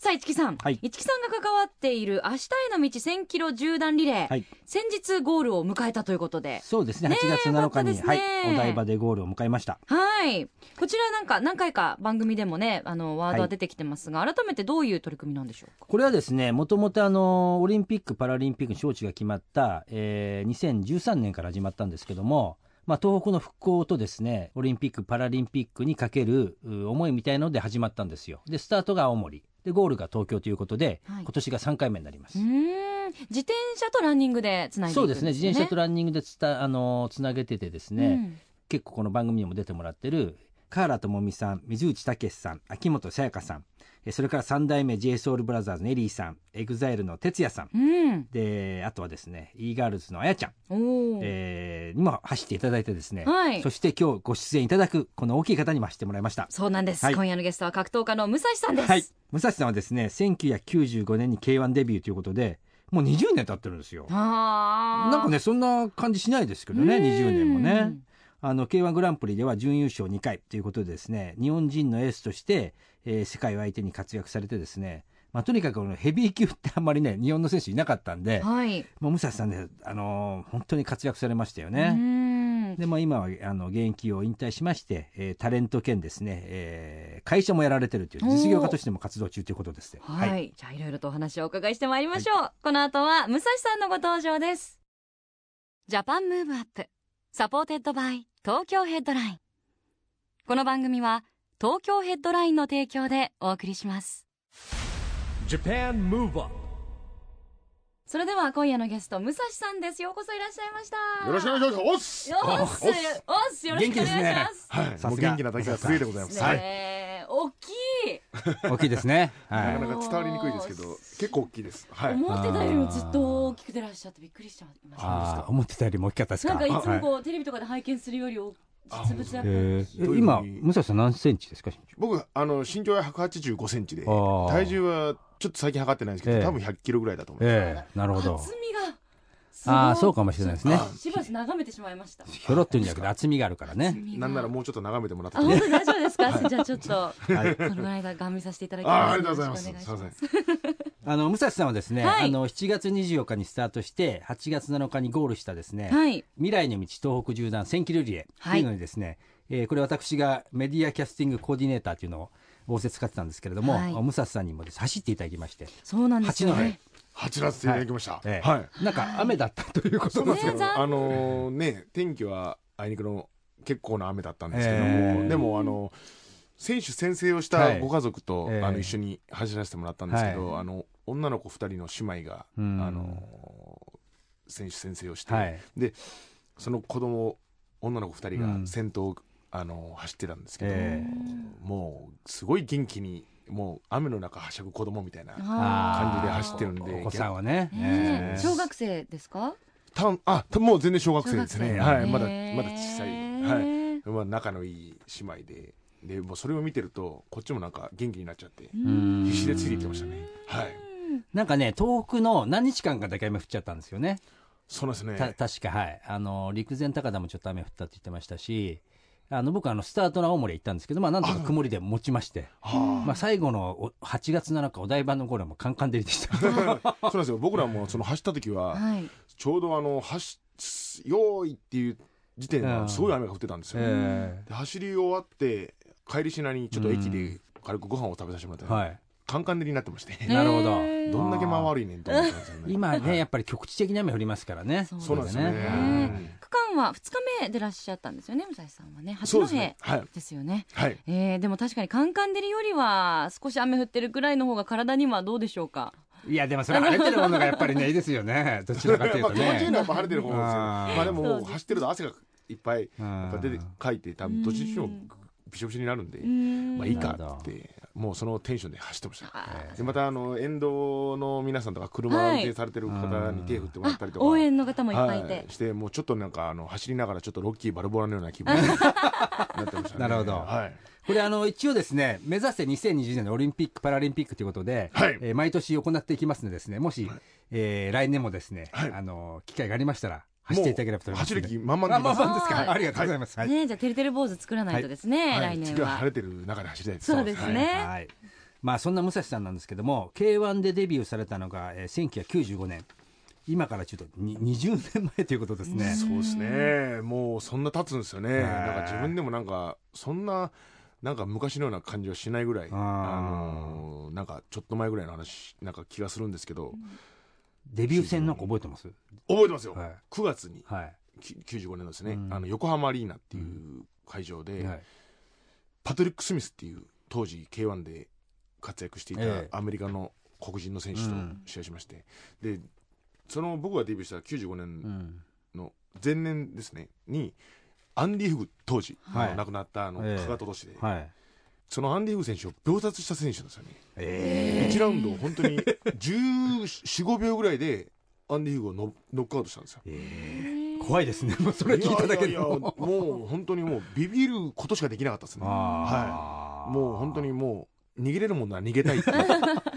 さあ、市木さん。はい市木さんが関わっている、明日への道1000キロ縦断リレー、はい先日ゴールを迎えたということで。そうですねねえ8月7日に、よかったはいですねお台場でゴールを迎えましたはい。こちらなんか、何回か番組でもね、あの、ワードは出てきてますが、改めてどういう取り組みなんでしょうか。これはですねもともとあのオリンピック・パラリンピックの招致が決まった、えー2013年から始まったんですけども、まあ、東北の復興とですねオリンピック・パラリンピックにかけるう思いみたいので始まったんですよでスタートが青森でゴールが東京ということで、はい今年が3回目になりまうすー。ん。自転車とランニングでつないでいそくうんでですすね。ね自転車とランニングでつたあのつなげててですね、うん結構この番組にも出てもらってる河原智美さん水内武さん秋元さやかさんえそれから三代目 j s o u l b r o t h e r s のエリーさん EXILE の哲也さんうん。であとはですね e ガールズのあやちゃん、おーえーにも走っていただいてですね、はいそして今日ご出演いただくこの大きい方にも走ってもらいましたそうなんです、はい今夜のゲストは格闘家の武蔵さんです。はい武蔵さんはですね1995年に k 1デビューということでもう20年経ってるんですよあーなんかねそんな感じしないですけどね20年もうねんあの k 1グランプリでは準優勝2回ということでですね日本人のエースとして、えー世界を相手に活躍されてですねまあ、とにかくこのヘビー級ってあんまりね日本の選手いなかったんで、はい。もう武蔵さんね、あのー本当に活躍されましたようね。んで、まあ、今はあの現役を引退しまして、えータレント兼ですね、えー会社もやられてるというおー実業家としても活動中ということですね。はい、じゃあいろいろとお話をお伺いしてまいりましょう、この後は武蔵さんのご登場ですジャパンムーブアップサポーテッドバイ東京ヘッドラインこの番組は東京ヘッドラインの提供でお送りします Japan Move Up それでは今夜のゲスト武蔵さんですようこそいらっしゃいましたよろしくおし願いします。ますおっすおっすよろしくお願いしますはい、さすがもう元気な大会が続いてございます。はい。ねえ大きい 大きいですね。はないかなか伝わりにくいですけど、結構大きいです。はい。思ってたよりもずっと大きくてらっしゃってびっくりしちゃいましたあー思ってたよりも大きかったですなか。んかいつもはいこうテレビとかで拝見するよりお実物だったんえですーえ今、武蔵さん何センチですか身長僕、あの、身長は185センチで、あー体重はちょっと最近測ってないんですけええど、多分100キロぐらいだと思います。ええなるほど。厚みがすごいああ、そうかもしれないですね。しばし眺めてしまいましたひょろってるんじゃなくて厚みがあるからね。なんならもうちょっと眺めてもらってあも本当に大丈夫ですか、じゃあちょっと、はい。その間ガン見させていただきあーますありがとうございます。よすろしくおみま願せいし。んあの、武蔵さんはですね、はあいの、7月24日にスタートして、8月7日にゴールしたですね、ますはい未来の道東北縦断1000キロリレーはといいうのにですね、えーこれ私がメディアキャスティングコーディネーターというのを仰せ使ってたんですけれども、はい武蔵さんにもです走っていただきまして、そうなんですよ八戸ね走らせていただきました。えーはい。なんか雨だったというこそとうなでんですけねど、あのーね、天気はあいにくの結構な雨だったんですけどええも、でもあの、選手宣誓をしはたいご家族と、ええあの一緒に走らせてもらったんですけど、はあの女の子2人の姉妹が、うんあの選手宣誓をして、はいでその子供女の子2人うんが先頭を、あの走ってたんですけど、えもうすごい元気にもう雨の中はしゃぐ子供みたいなあー感じで走ってるんーでお子さんはね、ねええー小学生ですかたんあたもう全然小学生ですね小学生はいまだまだ小さい、はい、いまあ、仲のいい姉妹ででもうそれを見てるとこっちもなんか元気になっちゃってうん必死でついていってましたねはいなんかね東北の何日間かだけ雨降っちゃったんですよね、そうなんですたね確かはいあの陸前高田もちょっと雨降ったって言ってましたしあの僕あのスタートの青森へ行ったんですけど、まあ、なんとか曇りで持ちましてはまあ、最後のお8月7日お台場の頃もカンカン照りでした あそうなんですよ僕らもその走った時ははいちょうどあの走用意っていう時点うんはすごい雨が降ってたんですよ、えで走り終わって帰りしなにちょっと駅で軽くご飯を食べさせてもらっえて、はいカンカン 照りになってまして、えなるほどーどんだけ回るいねんと思ってたんですよね今ねやっぱり局地的に雨降りますからねそうそうなんですよねねうん区間は2日目でらっしゃったんですよね武蔵さんはね八そう戸ですねはいですよねはいえー、でも確かにカンカン照りよりは少し雨降ってるぐらいの方が体にはどうでしょうかいやでもそれ晴れてるものがやっぱりね いいですよねどちらかというまとあ、気持ちいねい のはやっぱ晴れてる方ですよ。あーまあでそもうもでうす走ってると汗がいっぱいやっぱ出てうんかいて多分どっちにしてもびしょびしょになるんで、うんまあいいかってもうそのテンションで走ってましたあでまたあの沿道の皆さんとか車を運転されてる方に手振ってもらったりとか、応援の方もいっぱいいはて、してもうちょっとなんかあの走りながらちょっとロッキーバルボラのような気分になって ましたね なるほどはいこれあの一応ですね目指せ2020年のオリンピック・パラリンピックということで、はいえー毎年行っていきますのでですねもし、えー来年もですね、はいあの機会がありましたら走っていただければと思いますのもうで走る気満々あ でいまあまきあまですかはいありがとうございます、はいねじゃあてるてる坊主作らないとですね、はい来年次はは晴れてる中で走りたいですそうですねはいまあ、そんな武蔵さんなんですけども k 1でデビューされたのが、えー1995年今からちょっとに20年前ということですね、そうですねもうそんな経つんですよねはいなんか自分でもなんかそんななんか昔のような感じはしないぐらいああーのなんかちょっと前ぐらいの話なんか気がするんですけどデビュー戦なんか覚えてます、覚えてますよ、はい9月にはいき95年のですね、うんあの横浜アリーナっていう会場で、はいパトリック・スミスっていう当時 k 1で活躍していたええアメリカの黒人の選手とうん試合しまして、でその僕がデビューした95う年んの前年ですねにアンディ・フグ当時、はいあの亡くなったあのええかかと落としで、はいそのアンディ・フグ選手を秒殺した選手なんですよね、え1ラウンドを 本当に1415秒ぐらいでアンディ・フグをノノックアウトしたんですよーえー怖いですねもうそれ聞いただけいでやいやいやももう本当にもうビビることしかできなかったですねあーもう本当にもう逃げれるもんなら逃げた いって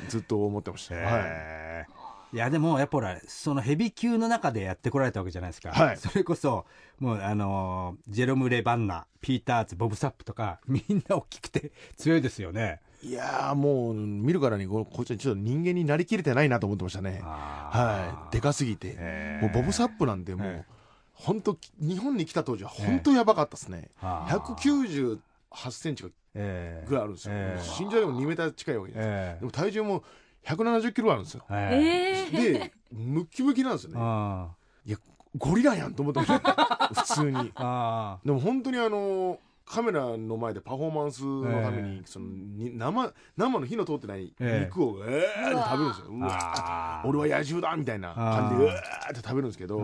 ずっと思ってました、はいへーいやでもやっぱほらそのヘビー級の中でやってこられたわけじゃないですか、はいそれこそもうあのージェロム・レバンナピーターズボブ・サップとかみんな大きくて強いですよねいやーもう見るからにここいつはちょっと人間になりきれてないなと思ってましたねはいでかすぎてへもうボブ・サップなんてもえう本当日本に来た当時は本当やばかったですねあー198センチえぐらいあるんですよえー身長でも2メーター近いわけじゃないでえすかでも体重も170キロあるんですよえええでムッキムキなんですよねあいやゴリラやんと思ってました 普通にーあでも本当にあのカメラの前でパフォーマンスのために,、ええそのに生生の火の通ってないええ肉をえーって食べるんですよ、うーわあー俺は野獣だみたいな感じでうわーって食べるんですけど、うう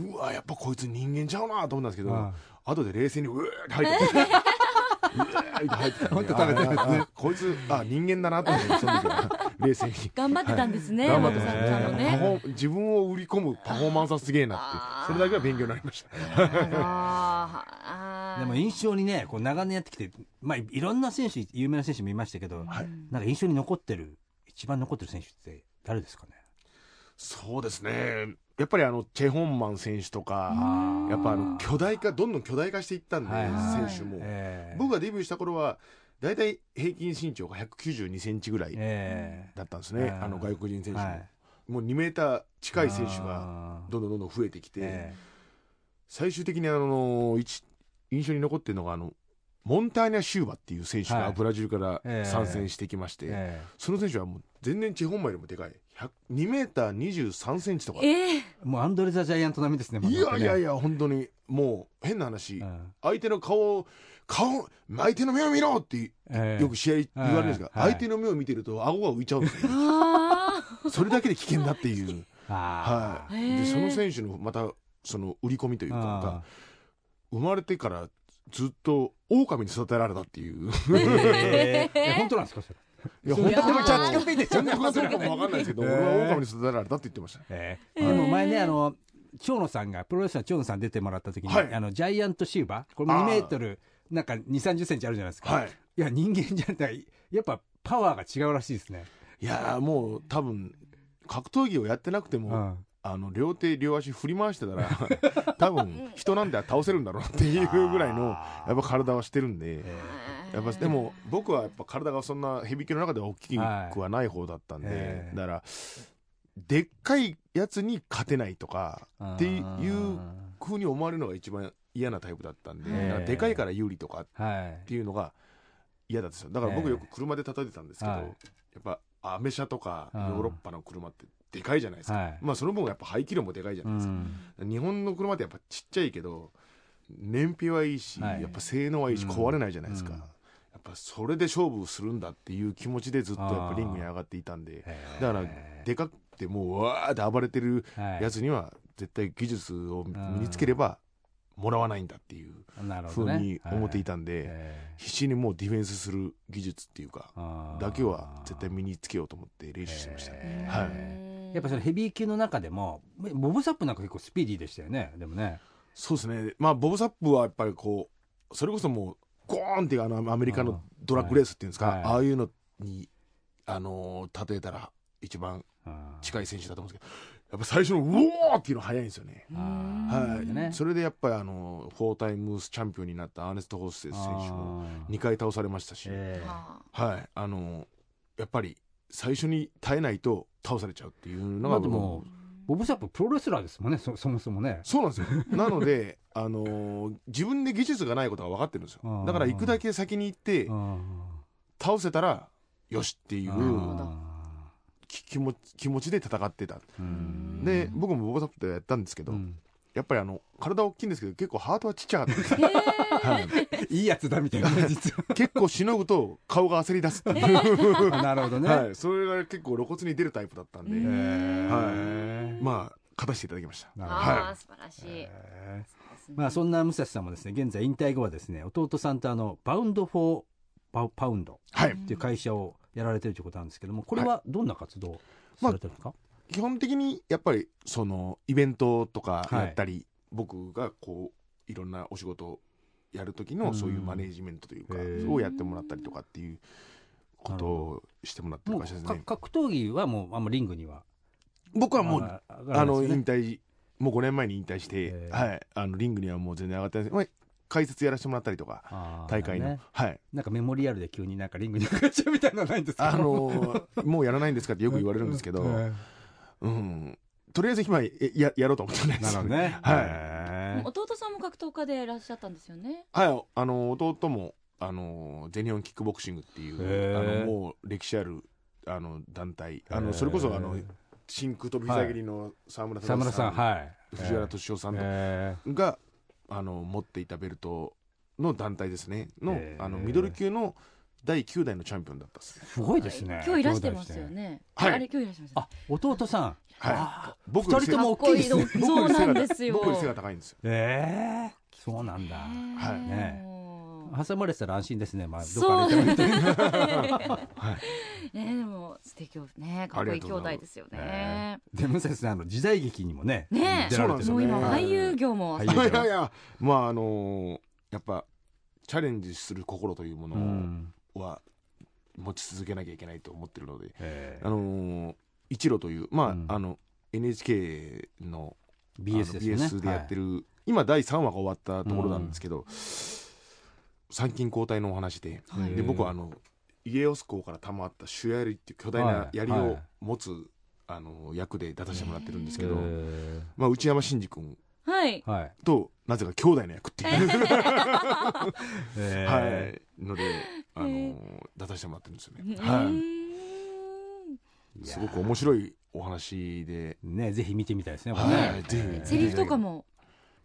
んわやっぱこいつ人間ちゃうなと思ったんですけど、うん後で冷静にうわーって入ってきて。うわーって入ってきたん 本当食べてるんでですねああこいつあ人間だなと思ってその時 は冷静に頑張ってたんですね、頑張ボっブてサまップさんもすね、パフね。ォー自分を売り込むパフォーマンスはすげえなってそれだけは勉強になりましたあーでも印象にねこう長年やってきて、まあ、いいろんな選手有名な選手もいましたけど、はいなんか印象に残ってる一番残ってる選手って誰ですかねそうですね。やっぱりあの、チェ・ホンマン選手とか、やっぱあの、巨大化、どんどん巨大化していったんで、はいはい選手も。えー僕がデビューした頃は、大体平均身長が192センチぐらいえだったんですね。うんあの、外国人え選手も。はいもう2メーター近い選手が、あーどんどんどんどん増えてきて、え最終的にあの、一印象に残ってるのが、あの、モンターニャ・シューバっていう選手はがいブラジルかええら参戦してきまえして、えその選手はもう全然チェ・ホンマンよりもでかい。100 2メーター23センチとか。えええもうアンドレ・ザ・ジャイアント並みですねいやいやいや、や、本当に、もう、変な話、うん相手の顔を、顔、相手の目を見ろって、ええよく試合言われるんですが、ええはい相手の目を見てると、顎が浮いちゃうんです よ。あそれだけで危険だっていう。あはーい。へえで、その選手の、また、その、売り込みというか、あが生まれてから、ずっと、狼に育てられたって いう。ーえええ本当なんですかそれいや、そ本れ当でもかキャッチコピーですよ本ね当かどうかもわかんないですけど、 ええ俺は狼に育てられたって言ってました。ええでも前ねあの長野さんがプロレスラー長野さん出てもらった時に、はいあのジャイアントシューバーこれもあ2ーメートルなんか2 3 0センチあるじゃないですか、はい。いや人間じゃないやっぱパワーが違うらしいですね、いやーもう、多分、格闘技をやってなくても、うんあの両手両足振り回してたら 多分人なんて倒せるんだろうなっていうぐらいのあやっぱ体はしてるんで、やっぱでも僕はやっぱ体がそんな響きの中では大きくはない方だったんで、はいええだからでっかいやつに勝てないとかっていうふうに思われるのが一番嫌なタイプだったんで、ええだからでかいから有利とかっはいていうのが嫌だったんですよだから僕ええよく車で叩いてたんですけど、はいやっぱアメ車とかうヨんーロッパの車ってでかいじゃないですか、はいまあその分やっぱ排気量もでかいじゃないですかうん日本の車ってやっぱちっちゃいけど燃費はいいし、はいやっぱ性能はいいしうん壊れないじゃないですか、うんやっぱそれで勝負するんだっていう気持ちでずっとやっぱリングに上がっていたんでへーだからでかくてもうわーって暴れてるはいやつには絶対技術を身につければもらわないんだっていうなるふほうどねに思っていたんで、はいえ必死にもうディフェンスする技術っていうかーあーだけは絶対身につけようと思って練習してましたね、へはいいやっぱそのヘビー級の中でもボブサップなんか結構スピーディーでしたよねでもねそうですねまあボブ・サップはやっぱりこうそれこそもうゴーンっていうあのアメリカのドラッグレースっていうんですか、はいああいうのにあのー例えたら一番うん近い選手だと思うんですけどやっぱ最初のうおーっていうの早いんですよねあーはい、ねそれでやっぱりあのフォータイムスチャンピオンになったアーネスト・ホーステス選手もあー2回倒されましたし、ええははいあのやっぱり最初に耐えないと倒されちゃうっていうまのがあでもボブサッププロレスラーですもんねそそもそもねそうなんですよ なのであの自分で技術がないことが分かってるんですあよーだから行くだけ先に行ってうん倒せたらよしっていうあき気持ち気持ちで戦ってたーうんで僕もボブサップでやったんですけど、うんやっぱりあの体は大きいんですけど結構ハートはちっちゃかったんですよいへはい いいやつだみたいな実結構しのぐと顔が焦り出すっていうはなるほどねはい、それが結構露骨に出るタイプだったんで、えはい、まあ勝たせていただきましたなるほどあはあ素晴らしいへでえすねまあそんな武蔵さんもですね現在引退後はですね弟さんとあのバウンド・フォーパウ・パウンドはいっていう会社をやられてるということなんですけどもこれはどんな活動をされてるんですか、基本的にやっぱりそのイベントとかはいやったり、僕がこういろんなお仕事をやる時うのんそういうマネージメントというか、へーそうやってもらったりとかっていうことをしてもらってもるう会社ですかね格闘技はもうあんまリングには僕はもう、ああ上のがらない引ですよね退もう5年前に引退して、へーはい、あのリングにはもう全然上がってないです、まあ、解説やらせてもらったりとかあー大会の、なるほどねはいなんかメモリアルで急になんかリングに上がっちゃうみたいなのないんですかあのーもうやらないんですかってよく言われるんです けど、えうん、とりあえず今えややろうと思ってなえいでなするほどねはいへえ弟さんも格闘家でいらっしゃったんですよねはいあの弟もあの全日本キックボクシングっていうへーあのもう歴史あるあの団体あへーのそれこそあの真空飛び膝蹴りの沢村沢忠村ささんんはい藤原敏夫さんとえがあの持っていたベルトの団体ですねの,、へーあのミドル級の第9代のチャンピオンだったっすえすごいですね今日いらしてますよねはいあれ今日いらっしゃいましたあ弟さんはいあー僕二人とも大きいですねかっこいいのそうなんですよ僕より背が高いんですよええそうなんだはいへえね挟まれてたら安心ですねまあどこそかうでねはねでも素敵よねかっこいい兄弟ですよねで武蔵さんあの時代劇にもねねえ出られてるそもんうでうすよね今なんで俳す優業もはい いやいやいやまああのーやっぱチャレンジする心というもうのんは持ち続けなきゃいけないと思ってるので、えあえのー一路というまあ、うんあの NHK のあの BS ですよね BS でやってる、今第3話が終わったところなんですけど、参勤交代のお話ではいで僕はあの家康公から賜った主槍っていう巨大はない槍はをい持つ、あの役で出させてもらってるんですえけど、えまあ、内山真司君はいはいとなぜか兄弟の役っていう、ええ はい、ので、あのへ出させてもらってるんですようね。ーはんいやい、すごく面白いお話で、ねぜひ見てみたいですねこれねはい、ぜひ セリフとかも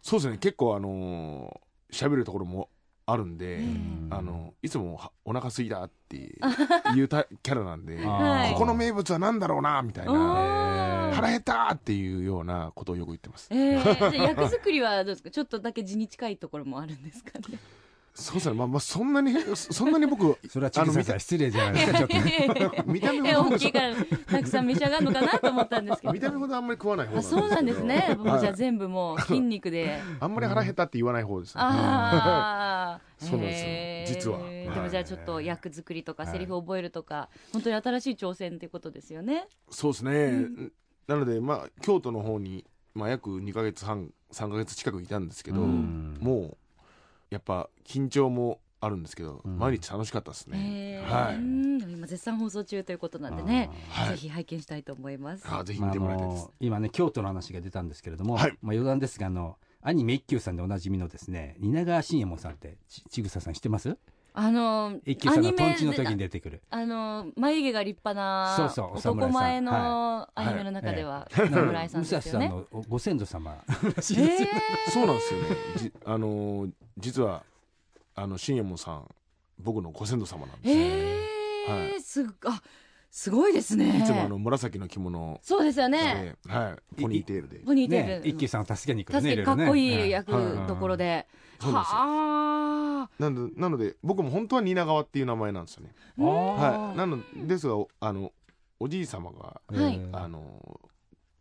そうですね結構あの喋るところもあるんで、うんあのいつもはお腹すいたっていうたキャラなんで、あーこ はいこの名物は何だろうなみたいなあー腹減ったっていうようなことをよく言ってます。えー、じゃあ役作りはどうですかちょっとだけ字に近いところもあるんですかね そうですねまあまあそんなにそそんなに僕それはちぐさん失礼じゃないですかち ょっとね見た目えほ大どきいからたくさん召し上がるのかなと思ったんですけど見た目ほどあんまり食わない方なんあですけどそうなんですね、もうじゃあはい全部もう筋肉 であんまり腹減ったって言わない方ですね。ああそうなんですよへー実はでもじゃはあいちょっと役作りとかはいセリフ覚えるとか、本当に新しい挑戦っていうことですよねそうですね、なので、まあ、京都の方に、まあ、約2か月半3か月近くいたんですけど、うんもうやっぱ緊張もあるんですけど、うん毎日楽しかったですへね、ーはういんでも今絶賛放送中ということなんでね、はいぜひ拝見したいと思いますあーぜひまああ見てもらいたいです、の今ね京都の話が出たんですけれども、はいまあ、余談ですがあのアニメ一休さんでおなじみのですね蜷川信右衛門さんってちちぐささん知ってますあの一休アさんニのトンメチの時にで出てくるあの眉毛が立派そうなそうお男侍さん前のいアニメの中ではあの 侍さん武で蔵さすよん ね。のおご先祖様らしいですよ、えそうなんですよねじあのー実はあの新右衛門さん僕のご先祖様なんー、です、えーはすっあすごいですねいつもあの紫の着物そうですよで、ねはい、ポニーテールでポニーテーねル、一休さんを助けに行くよ確ねかいろにいろかねっこいいは役ところで、そうなんですよはあなんでなので僕も本当は蜷川っていう名前なんですよね、うんはあい、なのですがおあのおじい様が、いはいえーあの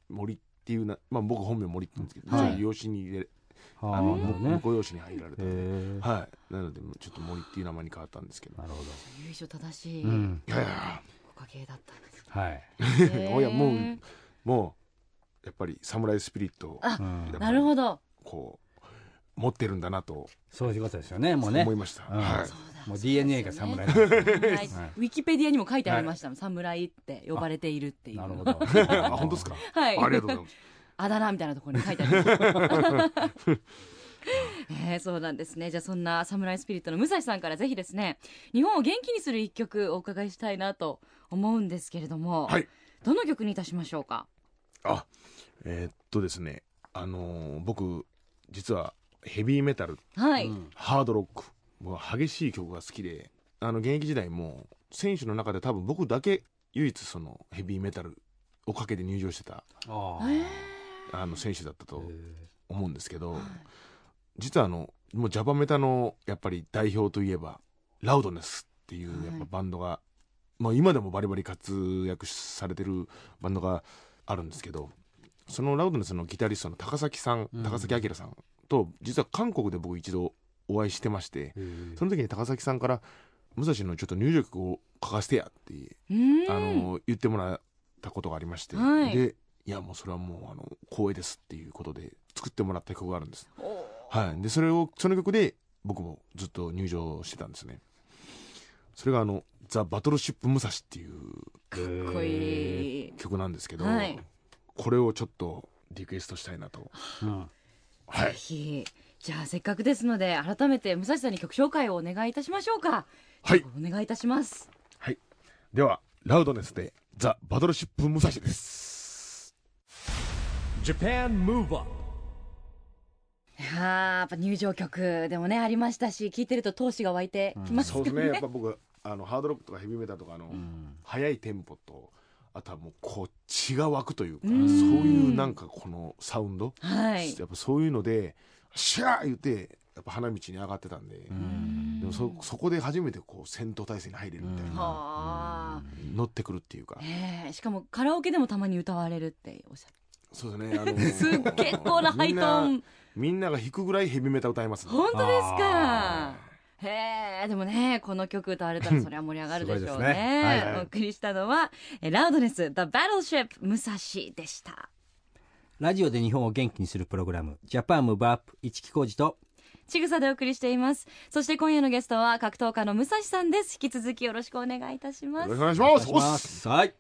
森っていうな、まあ、僕本名森って言うんですけど、はいちょっと養子に入れああーのなるほどね婿養子に入られた、えーはい、なのでちょっと森っていう名前に変わったんですけどなるほ由緒正しいどうんいやいやご家系だったんですはいねおやもうへえもうやっぱり侍スピリットをあうんなるほどこう持ってるんだなとそういうことですよねもうね思いました、うんは いそうだもう DNA が侍そなうんでですすよねねウィキペディアにも書いてありましたもん侍って呼ばれているっていうなるほのどあ本当ですか、はいありがとうございますあだ名みたいなところに書いてありました えーそうなんですねじゃあそんなサムライスピリットの武蔵さんからぜひですね日本を元気にする一曲お伺いしたいなと思うんですけれども、はいどの曲にいたしましょうかあえーっとですねあのー僕実はヘビーメタルはい、うんハードロックもう激しい曲が好きであの現役時代も選手の中で多分僕だけ唯一そのヘビーメタルをかけて入場してたあえーあの選手だったとえ思うんですけど、実はあのもうジャパメタのやっぱり代表といえばラウドネスっていうはいやっぱバンドが、まあ、今でもバリバリ活躍されてるバンドがあるんですけどそのラウドネスのギタリストの高崎さん、うん高崎明さんと実は韓国で僕一度お会いしてましてーえーその時に高崎さんから「武蔵のちょっと入場曲を書かせてや」って、うーんあの言ってもらったことがありまして、はいでいやもうそれはもうあの光栄ですっていうことで作ってもらった曲があるんです。おはい、でそれをその曲で僕もずっと入場してたんですねそれがあの「ザ・バトルシップ武蔵」っていうかっこいい曲なんですけど、はいこれをちょっとリクエストしたいなとうんはぜひじゃあせっかくですので改めて武蔵さんに曲紹介をお願いいたしましょうかはい、お願いいたしますはい、ではラウドネスで「ザ・バトルシップ武蔵」です Japan Move Up いやーやっぱ入場曲でもねありましたし聞いてると闘志が湧いてきますそうですねやっぱ僕あのハードロックとかヘビーメタルとかあの、うん速いテンポとあとはもうこう血が湧くというかうそうんいうなんかこのサウンド はいやっぱそういうのでシャー言ってやっぱ花道に上がってたんで、うんでもそそこで初めてこう戦闘態勢に入れるみたいな、はあ乗ってくるっていうか、ねえしかもカラオケでもたまに歌われるっておっしゃってそうですねあの すっ結構なハイトーみんンなみんなが弾くぐらいヘビメタ歌いますね本当ですかあへえでもねこの曲歌われたらそりゃ盛り上がるでしょうすごいねですねはいはいお送りしたのはえラウドネス The Battleship 武蔵でしたラジオで日本を元気にするプログラムジャパンムーブアップ一木工事とちぐさでお送りしていますそして今夜のゲストは格闘家の武蔵さんです引き続きよろしくお願いいたしまよすろしくお願いしますお願いしますはい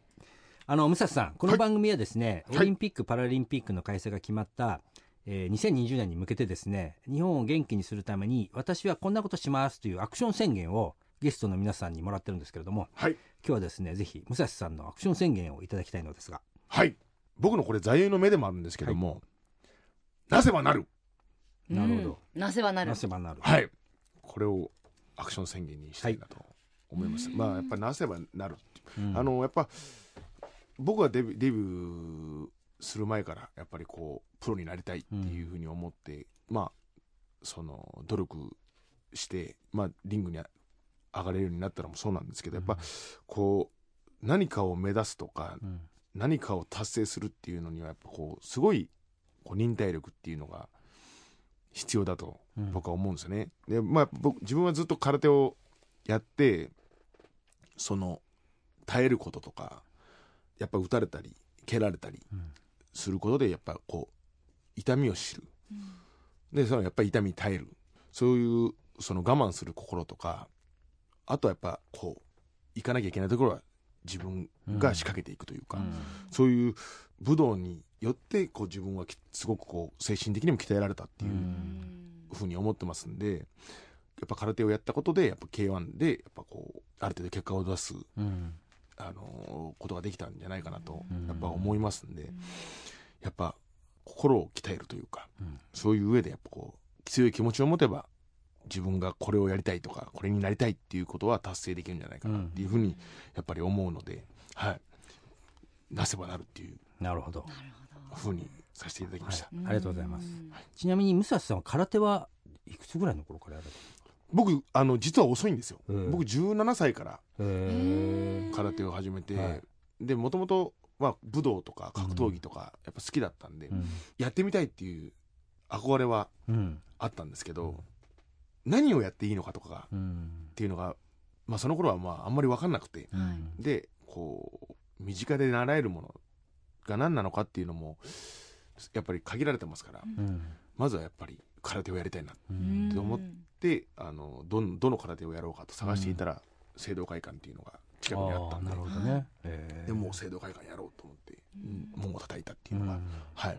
あの武蔵さんこの番組はですね、はいオリンピック・パラリンピックの開催が決まった、えー2020年に向けてですね日本を元気にするために私はこんなことしますというアクション宣言をゲストの皆さんにもらってるんですけれどもはい今日はですねぜひ武蔵さんのアクション宣言をいただきたいのですがはい僕のこれ座右の目でもあるんですけども、なせばなるうんなるほどなせばなるなせばなるはいこれをアクション宣言にしたいなと思います、まあやっぱなせばなるうんあのやっぱ僕はデビューデビューする前からやっぱりこうプロになりたいっていうふうに思って、まあその努力して、まあ、リングに上がれるようになったのもそうなんですけどやっぱこう何かを目指すとかうん何かを達成するっていうのにはやっぱこうすごいこう忍耐力っていうのが必要だとうん僕は思うんですよね。でまあ僕自分はずっと空手をやってその耐えることとかやっぱ打たれたり蹴られたりうんすることでやっぱこう痛みを知る、でそのやっぱり痛みに耐えるそういうその我慢する心とかあとはやっぱこう行かなきゃいけないところは自分が仕掛けていくというか、そういう武道によってこう自分はきすごくこう精神的にも鍛えられたっていううんふうに思ってますんでやっぱ空手をやったことでやっぱ K1 でやっぱこうある程度結果を出す、うんあのーことができたんじゃないかなとうんやっぱ思いますんで、やっぱ心を鍛えるというか、うんそういう上でやっぱこう強い気持ちを持てば自分がこれをやりたいとかこれになりたいっていうことは達成できるんじゃないかなっていうふうにやっぱり思うので、はい、なせばなるっていうなるほど、なるほどふうにさせていただきました、ありがとうございますんちなみに武蔵さんは空手はいくつぐらいの頃からやられて僕あの実は遅いんですよ、うん僕17歳からへー空手を始めて、はいでもともと武道とか格闘技とかやっぱ好きだったんで、うんやってみたいっていう憧れはうんあったんですけど、何をやっていいのかとかがうんっていうのが、まあ、その頃はまああんまり分かんなくてはいでこう身近で習えるものが何なのかっていうのもやっぱり限られてますからうんまずはやっぱり空手をやりたいなっうんって思てあのどんどの空手をやろうかと探していたら聖堂会館っていうのが近くにあったあんーでなるほどね、えーでもう聖堂会館やろうと思ってうん門を叩いたっていううのが、んはい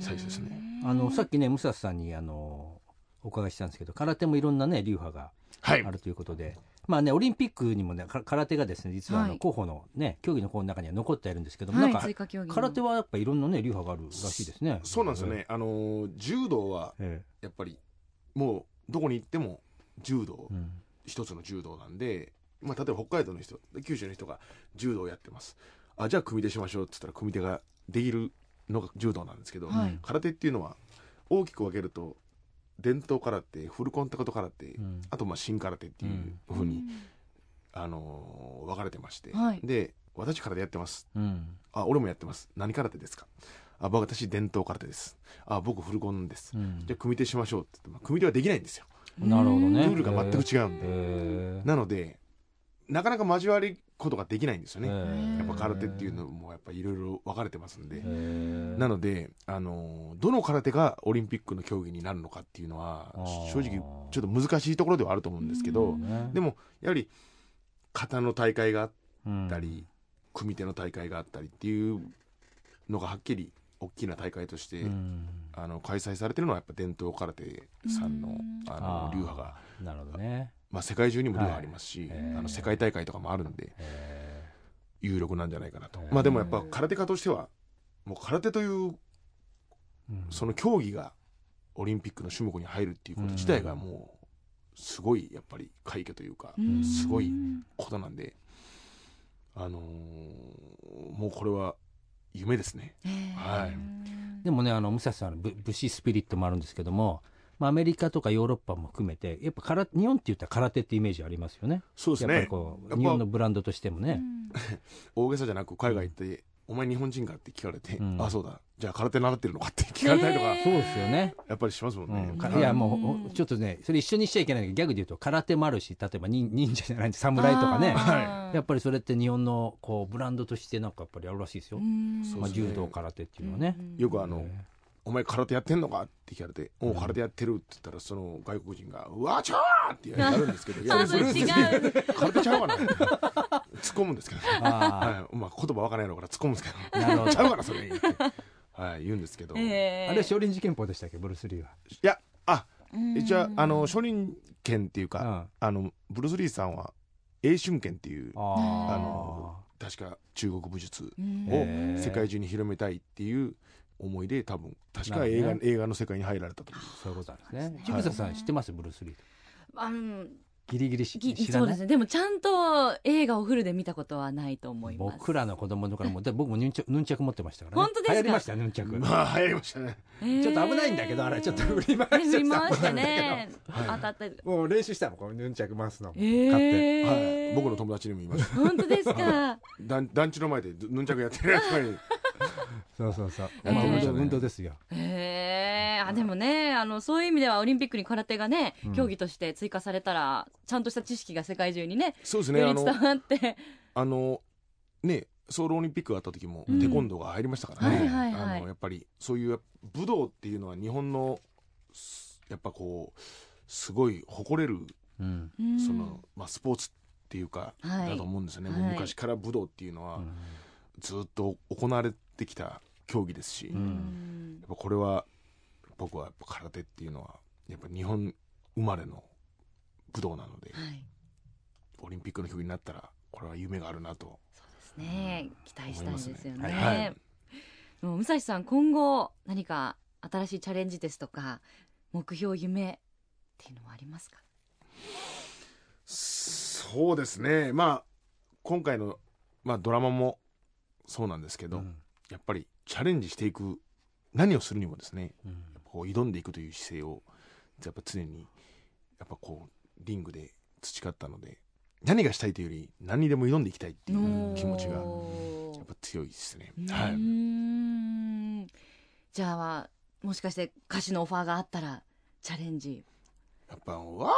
最初ですねあのさっきね武蔵さんにあのお伺いしたんですけど空手もいろんなね流派がはいあるということで、まあねオリンピックにもねか空手がですね実はあはのい候補のね競技の候補の中には残っているんですけども、はいなん追か加競技の空手はやっぱいろんなね流派があるらしいですね。そうなんですよね、あのー柔道はえやっぱりもうどこに行っても柔道、え。うん一つの柔道なんで、まあ、例えば北海道の人九州の人が柔道をやってますあじゃあ組手しましょうっつったら組手ができるのが柔道なんですけど、はい空手っていうのは大きく分けると伝統空手フルコンタクト空手、うんあとまあ新空手っていうふうに、あのー分かれてまして、はいで私空手やってますうんあ俺もやってます何空手ですかあ僕私伝統空手ですあ僕フルコンです、うんじゃあ組手しましょうって言って、まあ、組手はできないんですよなるほどね。ルールが全く違うんで、えーなのでなかなか交わることができないんですよえね、ーやっぱ空手っていうのもやっぱいろいろ分かれてますんで、えーなので、あのーどの空手がオリンピックの競技になるのかっていうのはあー正直ちょっと難しいところではあると思うんですけど、ねでもやはり型の大会があっうんたり、組手の大会があったりっていうのがはっきり大きな大会として、うんあの開催されてるのはやっぱ伝統空手さんの,、うんああのー流派が、なるほどね。まあ、世界中にも流派ありますし、はいへーあの世界大会とかもあるんで。え有力なんじゃないかなとへ。ーまあでもやっぱ空手家としては、もう空手といううんその競技がオリンピックの種目に入るっていうこと自体がもう、すごいやっぱり快挙というか、うんすごいうんことなんで、あのーもうこれは夢ですね。えーはいでもね、あの、武蔵さんの武武士スピリットもあるんですけども、まあ、アメリカとかヨーロッパも含めて、やっぱ空日本って言ったら空手ってイメージありますよね。そうですやっぱりね。こう、やっぱ日本のブランドとしてもうね。ん大げさじゃなく海外行って、お前日本人かって聞かれて、うんあ、そうだ。じゃあ空手習ってるのかって聞かれたりとか、ねそうですよね。やっぱりしますもんね。うんはかいいや、もう、ちょっとね、それ一緒にしちゃいけないけど、ギャグで言うと空手もあるし、例えば忍忍者じゃない侍とかね。あーやっぱりそれって日本のこうブランドとしてなんかやっぱりあるらしいですよ。うんそうまあ、ですね柔道空手っていうのはね。よくあへのー、お前空手やってんのかって聞かれて、おう空手やってるって言ったら、その外国人が、うわちゃーってやるんですけど、いあや、それ俺違う空手ちゃうかなって突っ込むんですけど、あはい、まあ言葉わからないのから突っ込むんですけど、なるほどちゃうかな、それって、はい、言うんですけど、いえーーあれ少林寺拳法でしたっけブルース・リーは。や、あ、うん一応、あの、少林拳っていうか、あの、ブルース・リーさんは、英春拳っていう、ああのの、確か中国武術うんをへー世界中に広めたいっていう思いで、多分、確か映な画るほ映画の世界に入られたと思う。そういうことなんですね。千はい草さん知ってますブルース・リー。あのギリギリしぎ知そらなうでいすねでもちゃんと映画をフルで見たことはないと思います僕らの子供の頃もだ僕もヌンチャクヌンチャク持ってましたからね本当ですか流行りましたよヌンチャク、まあ、流行りましたね。ちょっと危ないんだけどあれちょっと振り回し振ちゃりった回してね当たったりとかもう練習したのこのヌンチャク回すのも、買ってえーはい、僕の友達にも言いまし た本当ですか団団地の前でヌンチャクやってるやつが いるそうそうそう、やってま運し動たね運動ですよえー、あでもねあのそういう意味ではオリンピックに空手がね、競技として追加されたらちゃんとした知識が世界中にねそうですねよありの伝わって、 あのねソウルオリンピックがあった時もうんテコンドーが入りましたからね、はいはいはいあのやっぱりそういう武道っていうのは日本のすやっぱこうすごい誇れるうんうんその、まあ、スポーツっていうか、はいだと思うんですよね、はいもう昔から武道っていうのはずっと行われてきた競技ですし、うやっんぱこれは僕はやっぱ空手っていうのはやっぱ日本生まれの武道なので。はいオリンピックの競技になったらこれは夢があるなとですね期待したいですよね思いますねはいもう武蔵さん今後何か新しいチャレンジですとか目標夢っっていうのはありますかそうですねまあ今回の、まあ、ドラマもそうなんですけど、うんやっぱりチャレンジしていく何をするにもですねうんこう挑んでいくという姿勢をやっぱ常にやっぱこうリングで培ったので何がしたいというより何にでも挑んでいきたいっていう気持ちがやおーっぱ強いですねう。はいーんじゃあもしかして歌手のオファーがあったらチャレンジやっぱ、わ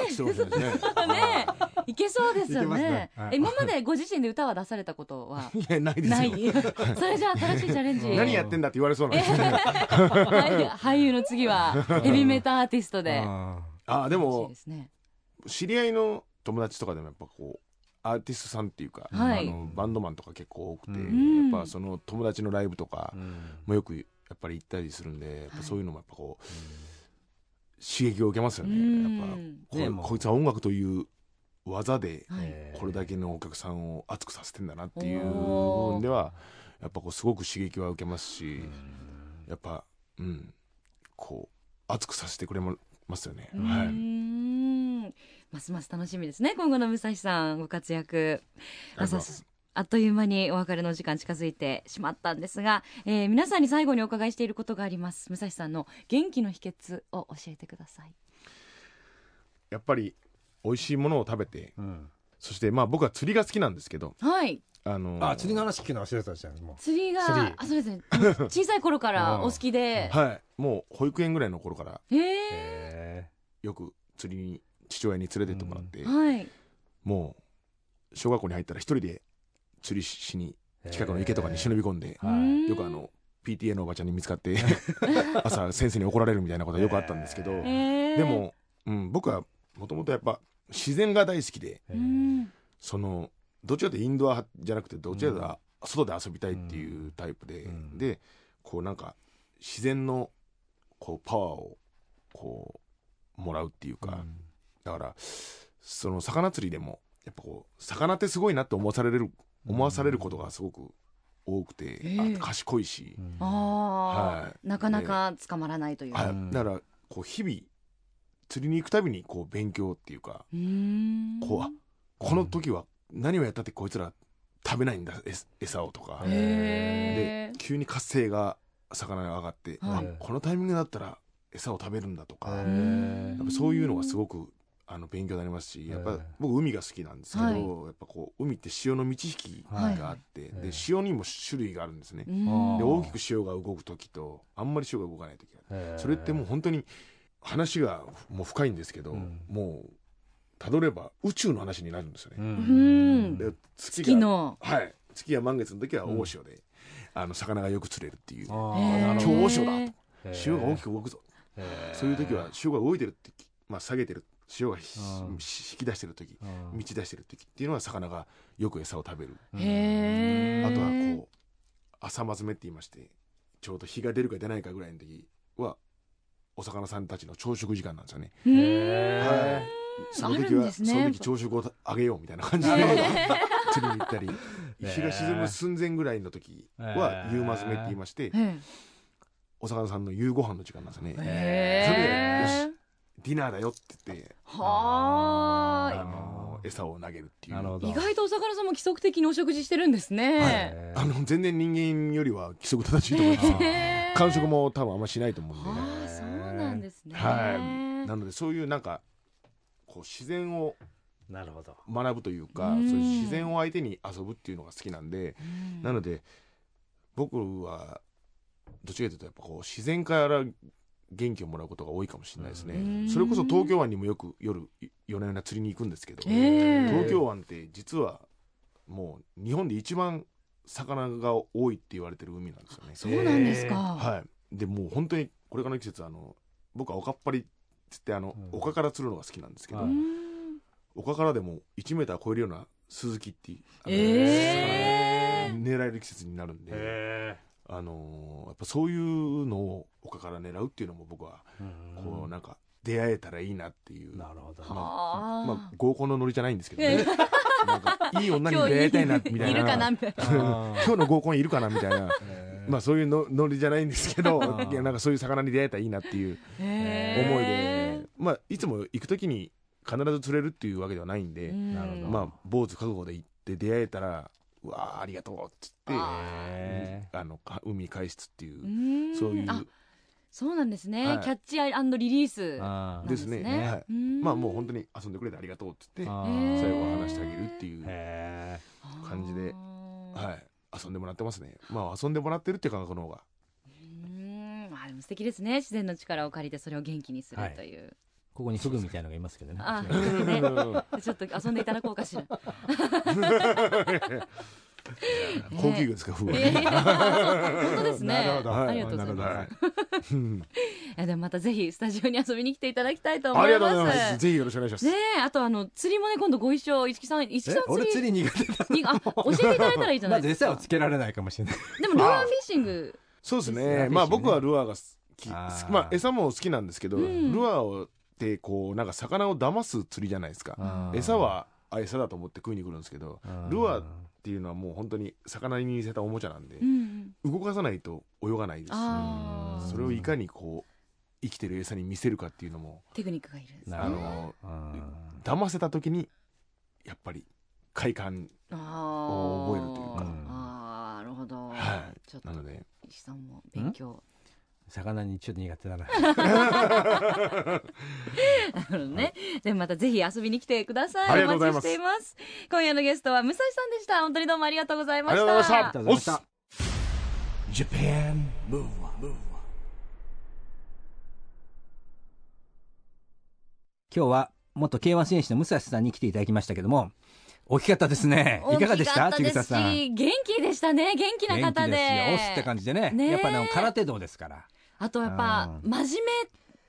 ーって言ってまし たね。ねいけそうですよいけますねねはいえ今までご自身で歌は出されたことは いや、 ないですよ。ないそれじゃあ新しいチャレンジ何やってんだって言われそうなんですよね。俳優俳優の次はヘビメタアーティストであああ、で欲しいもで、すね知り合いの友達とかでもやっぱこう、アーティストさんっていうか、はいあのバンドマンとか結構多くて、んやっぱその友達のライブとかーうんもよくやっぱり行ったりするんで、やっぱそういうのもやっぱこう、刺激を受けますようね。やっぱんこねう、もうこいつは音楽という技で、はいこれだけのお客さんを熱くさせてんだなっていうおー部分ではやっぱこうすごく刺激は受けますしやっぱうんこう熱くさせてくれますよね。うはーい、んますます楽しみですね今後の武蔵さんご活躍ありがとうございま朝すあっという間にお別れの時間近づいてしまったんですが、えー皆さんに最後にお伺いしていることがあります武蔵さんの元気の秘訣を教えてくださいやっぱり美味しいものを食べてうんそしてまあ僕は釣りが好きなんですけどはいあのあ釣りの話聞くの忘れてたじゃんも釣りが釣りあそうですねあの小さい頃からお好きで、はいもう保育園ぐらいの頃からえうえへよく釣りに父親に連れてってもらって、はいもう小学校に入ったら一人で釣りしにー近くの池とかに忍び込んでうーはんよくあの PTA のおばちゃんに見つかって 朝先生に怒られるみたいなことはよくあったんですけど、えーでも、うん、僕はもともとやっぱ自然が大好きでいうへんそのどっちかというとインドア派じゃなくてどっちかというと外で遊びたいっていうタイプで、うんでこうなんか自然のこうパワーをこうもらうっていうか、だからその魚釣りでもやっぱこう魚ってすごいなって思わされる思わされることがすごく多くて、ええあ賢いし。うんああ、はいなかなか捕まらないというか、はうい、んだからこう日々釣りに行くたびにこう勉強っていうかうーんこうあこの時は何をやったってこいつら食べないんだ餌餌をとかへへで急に活性が魚が上がって、はいあこのタイミングだったら餌を食べるんだとか、へやーっぱそういうのがすごくあの勉強になりますしやっへぱー僕海が好きなんですけど、はいやっぱこう海って潮の満ち引きがあって、はいで潮にも種類があるんですね。うんで大きく潮が動く時とあんまり潮が動かない時があってへーそれってもう本当に話がもう深いんですけど、うんもうたどれば宇宙の話になるんですようね。んで月が月のはい月や満月の時は大潮で、あの魚がよく釣れるっていうあへーーなる超ほど大潮だとへー潮が大きく動くぞ、へーそういう時は潮が動いてるってき、まあ、下げてる潮がひうんし引き出してる時うん満ち出してる時っていうのは魚がよく餌を食べる、へえあとはこう朝まずめって言いましてちょうど日が出るか出ないかぐらいの時はお魚さんたちの朝食時間なんですよね。うーんへそのあ時るんでは、すそねの時朝食をあげようみたいな感じで、釣りに行ったり、日が沈む寸前ぐらいの時はえ、ー夕まずめって言いまして、へお魚さんの夕ご飯の時間なんですね。えそれでよしディナーだよって言って、はあーの、餌を投げるってーいう。なるほどい意外とお魚さんも規則的にお食事してるんですねへーあの、全然人間よりは規則正しいと思います。へー完食も多分あんましないと思うんで。ああそうなんですねはい。なので、そういうなんか、こう、自然をなるほど学ぶというか、うんそういう自然を相手に遊ぶっていうのが好きなんで、うんなので僕はどっちかというとやっぱこう自然から元気をもらうことが多いかもしれないですね、うんそれこそ東京湾にもよく夜い夜な夜な釣りに行くんですけど、ええ東京湾って実はもう日本で一番魚が多いって言われてる海なんですよね。そうなんですかはい、でもう本当にこれからの季節あの僕はおかっぱりっつってあの、うん丘から釣るのが好きなんですけど、はういん丘からでも1メーター超えるようなスズキっていうあのええ魚が狙える季節になるんで。へあのーやっぱそういうのを他から狙うっていうのも僕はーこうなんか出会えたらいいなっていう、なるほどまはああまあ、合コンのノリじゃないんですけどいやねいやなんかいい 女に今日出会いたいなみたいいなるかなみたいな今日の合コンいるかなみたいなへーまあそういうのノリじゃないんですけどあー いやなんかそういう魚に出会えたらいいなっていうへ思いえでまあ、いつも行く時に必ず釣れるっていうわけではないんで、なるほどまあ坊主覚悟で行って出会えたらうわーありがとうっつってあへあのか海に返すっていう、そそういうあそうなんですね、はいキャッチアイリリースーなんあーでですすねねはいまあもう本当に遊んでくれてありがとうっつってあへーー最後は話してあげるっていう、へ感じでははい、遊んでもらってますねまあ遊んでもらってるっていう感覚の方がうんあでも素敵ですね自然の力を借りてそれを元気にするという、ここにフグみたいのがいますけどね。あこっち逆ねうんちょっと遊んでいただこうかし ら高級魚ですか風はえー本当 ですねなるほどはありがとうございなるほま どすす、うんいやでもまたぜひスタジオに遊びに来ていただきたいと思ありいがとうございまますすぜひよろしくお願いします、ねえあとあの釣りもね今度ご一緒一木さん一木さん釣りり苦手だにあ教えていただいたらいいじゃなまいずですか、餌をつけられないかもしれないでもルアーフィッシングそうですですねねまあ僕はルアーが好きあーまあ餌も好きなんですけど、うんルアーをってこうなんか魚を騙す釣りじゃないですかあー餌はあ餌だと思って食いに来るんですけどルアーっていうのはもう本当に魚に似せたおもちゃなんでう、ん動かさないと泳がないですああそれをいかにこう生きてる餌に見せるかっていうのもテクニックがいるんですねなあるほどのあ騙せた時にやっぱり快感あを覚えるというかあーなるほど、はちょっとなので石井さんも勉強魚にちょっと苦手だななるほどねでもまたぜひ遊びに来てくださいありがとうございおま待ちすしています今夜のゲストは武蔵さんでした本当にどうもありがとうございましたありがとうございましたありがとうございました Japan Move Up, Move Up. 今日は元 K1 選手の武蔵さんに来ていただきましたけども、大きかったですね。いかがでした大ちきぐかさったさん。ですし元気でしたね元気な元方気でですよ。押すって感じでね。ねえやっぱね、空手道ですから。あとやっぱう真面目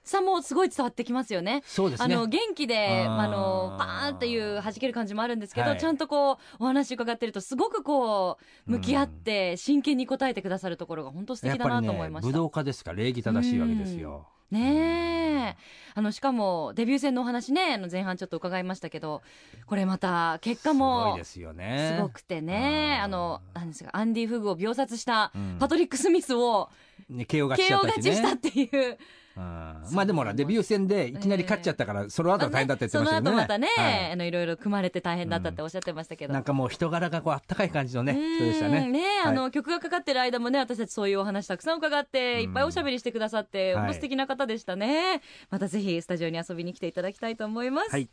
さもすごい伝わってきますよねそうですあね。の元気で、あーまあ、あのパーンっていう弾ける感じもあるんですけど、はいちゃんとこうお話伺ってるとすごくこう向き合って真剣に答えてくださるところが本当素やっ敵だぱなりと思ねい、ま武した。道家ですから礼儀正しいわけですよ。ねえあのしかもデビュー戦のお話ねあの前半ちょっと伺いましたけどこれまた結果すごいもですよね。すごくてねうんあのなんですかアンディ・フグを秒殺したうんパトリック・スミスをね、KO 勝ちしち KO ゃった勝しちね。したっていう。うんまあでもほら、デビュー戦でいきなり勝っちゃったから、その後は大変だって言ってそましのたよね。後またね、はいあのいろいろ組まれて大変だったっておっしゃってましたけど、なんかもう人柄がこうあったかい感じのねうん人でしたね。はいあの、曲がかかってる間もね、私たちそういうお話たくさん伺って、いっぱいおしゃべりしてくださって、はい本当素敵な方でしたね。またぜひスタジオに遊びに来ていただきたいと思います。はい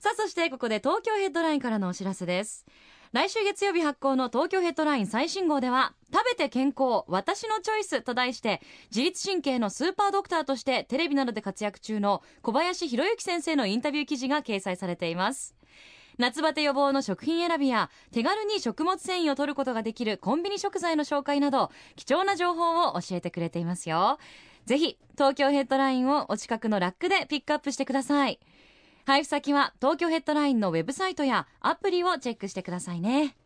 さあ、そしてここで東京ヘッドラインからのお知らせです。来週月曜日発行の東京ヘッドライン最新号では、食べて健康、私のチョイスと題して、自律神経のスーパードクターとしてテレビなどで活躍中の小林博之先生のインタビュー記事が掲載されています。夏バテ予防の食品選びや手軽に食物繊維を取ることができるコンビニ食材の紹介など貴重な情報を教えてくれていますよぜひ東京ヘッドラインをお近くのラックでピックアップしてください配布先は東京ヘッドラインのウェブサイトやアプリをチェックしてくださいね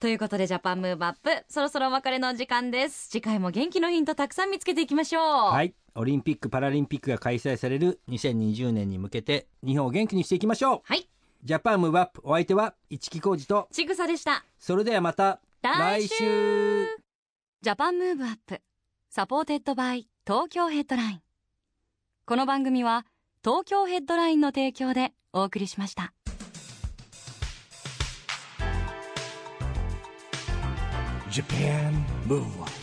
ということでジャパンムーブアップそろそろお別れの時間です次回も元気のヒントたくさん見つけていきましょうはいい。オリンピック・パラリンピックが開催される2020年に向けて、日本を元気にしていきましょうはいジャパンムーブアップお相手は、市木浩二と、ちぐさでしたそれではまた、来週来週ジャパンムーブアップサポーテッドバイ東京ヘッドラインこの番組は東京ヘッドラインの提供でお送りしました Japan Move Up.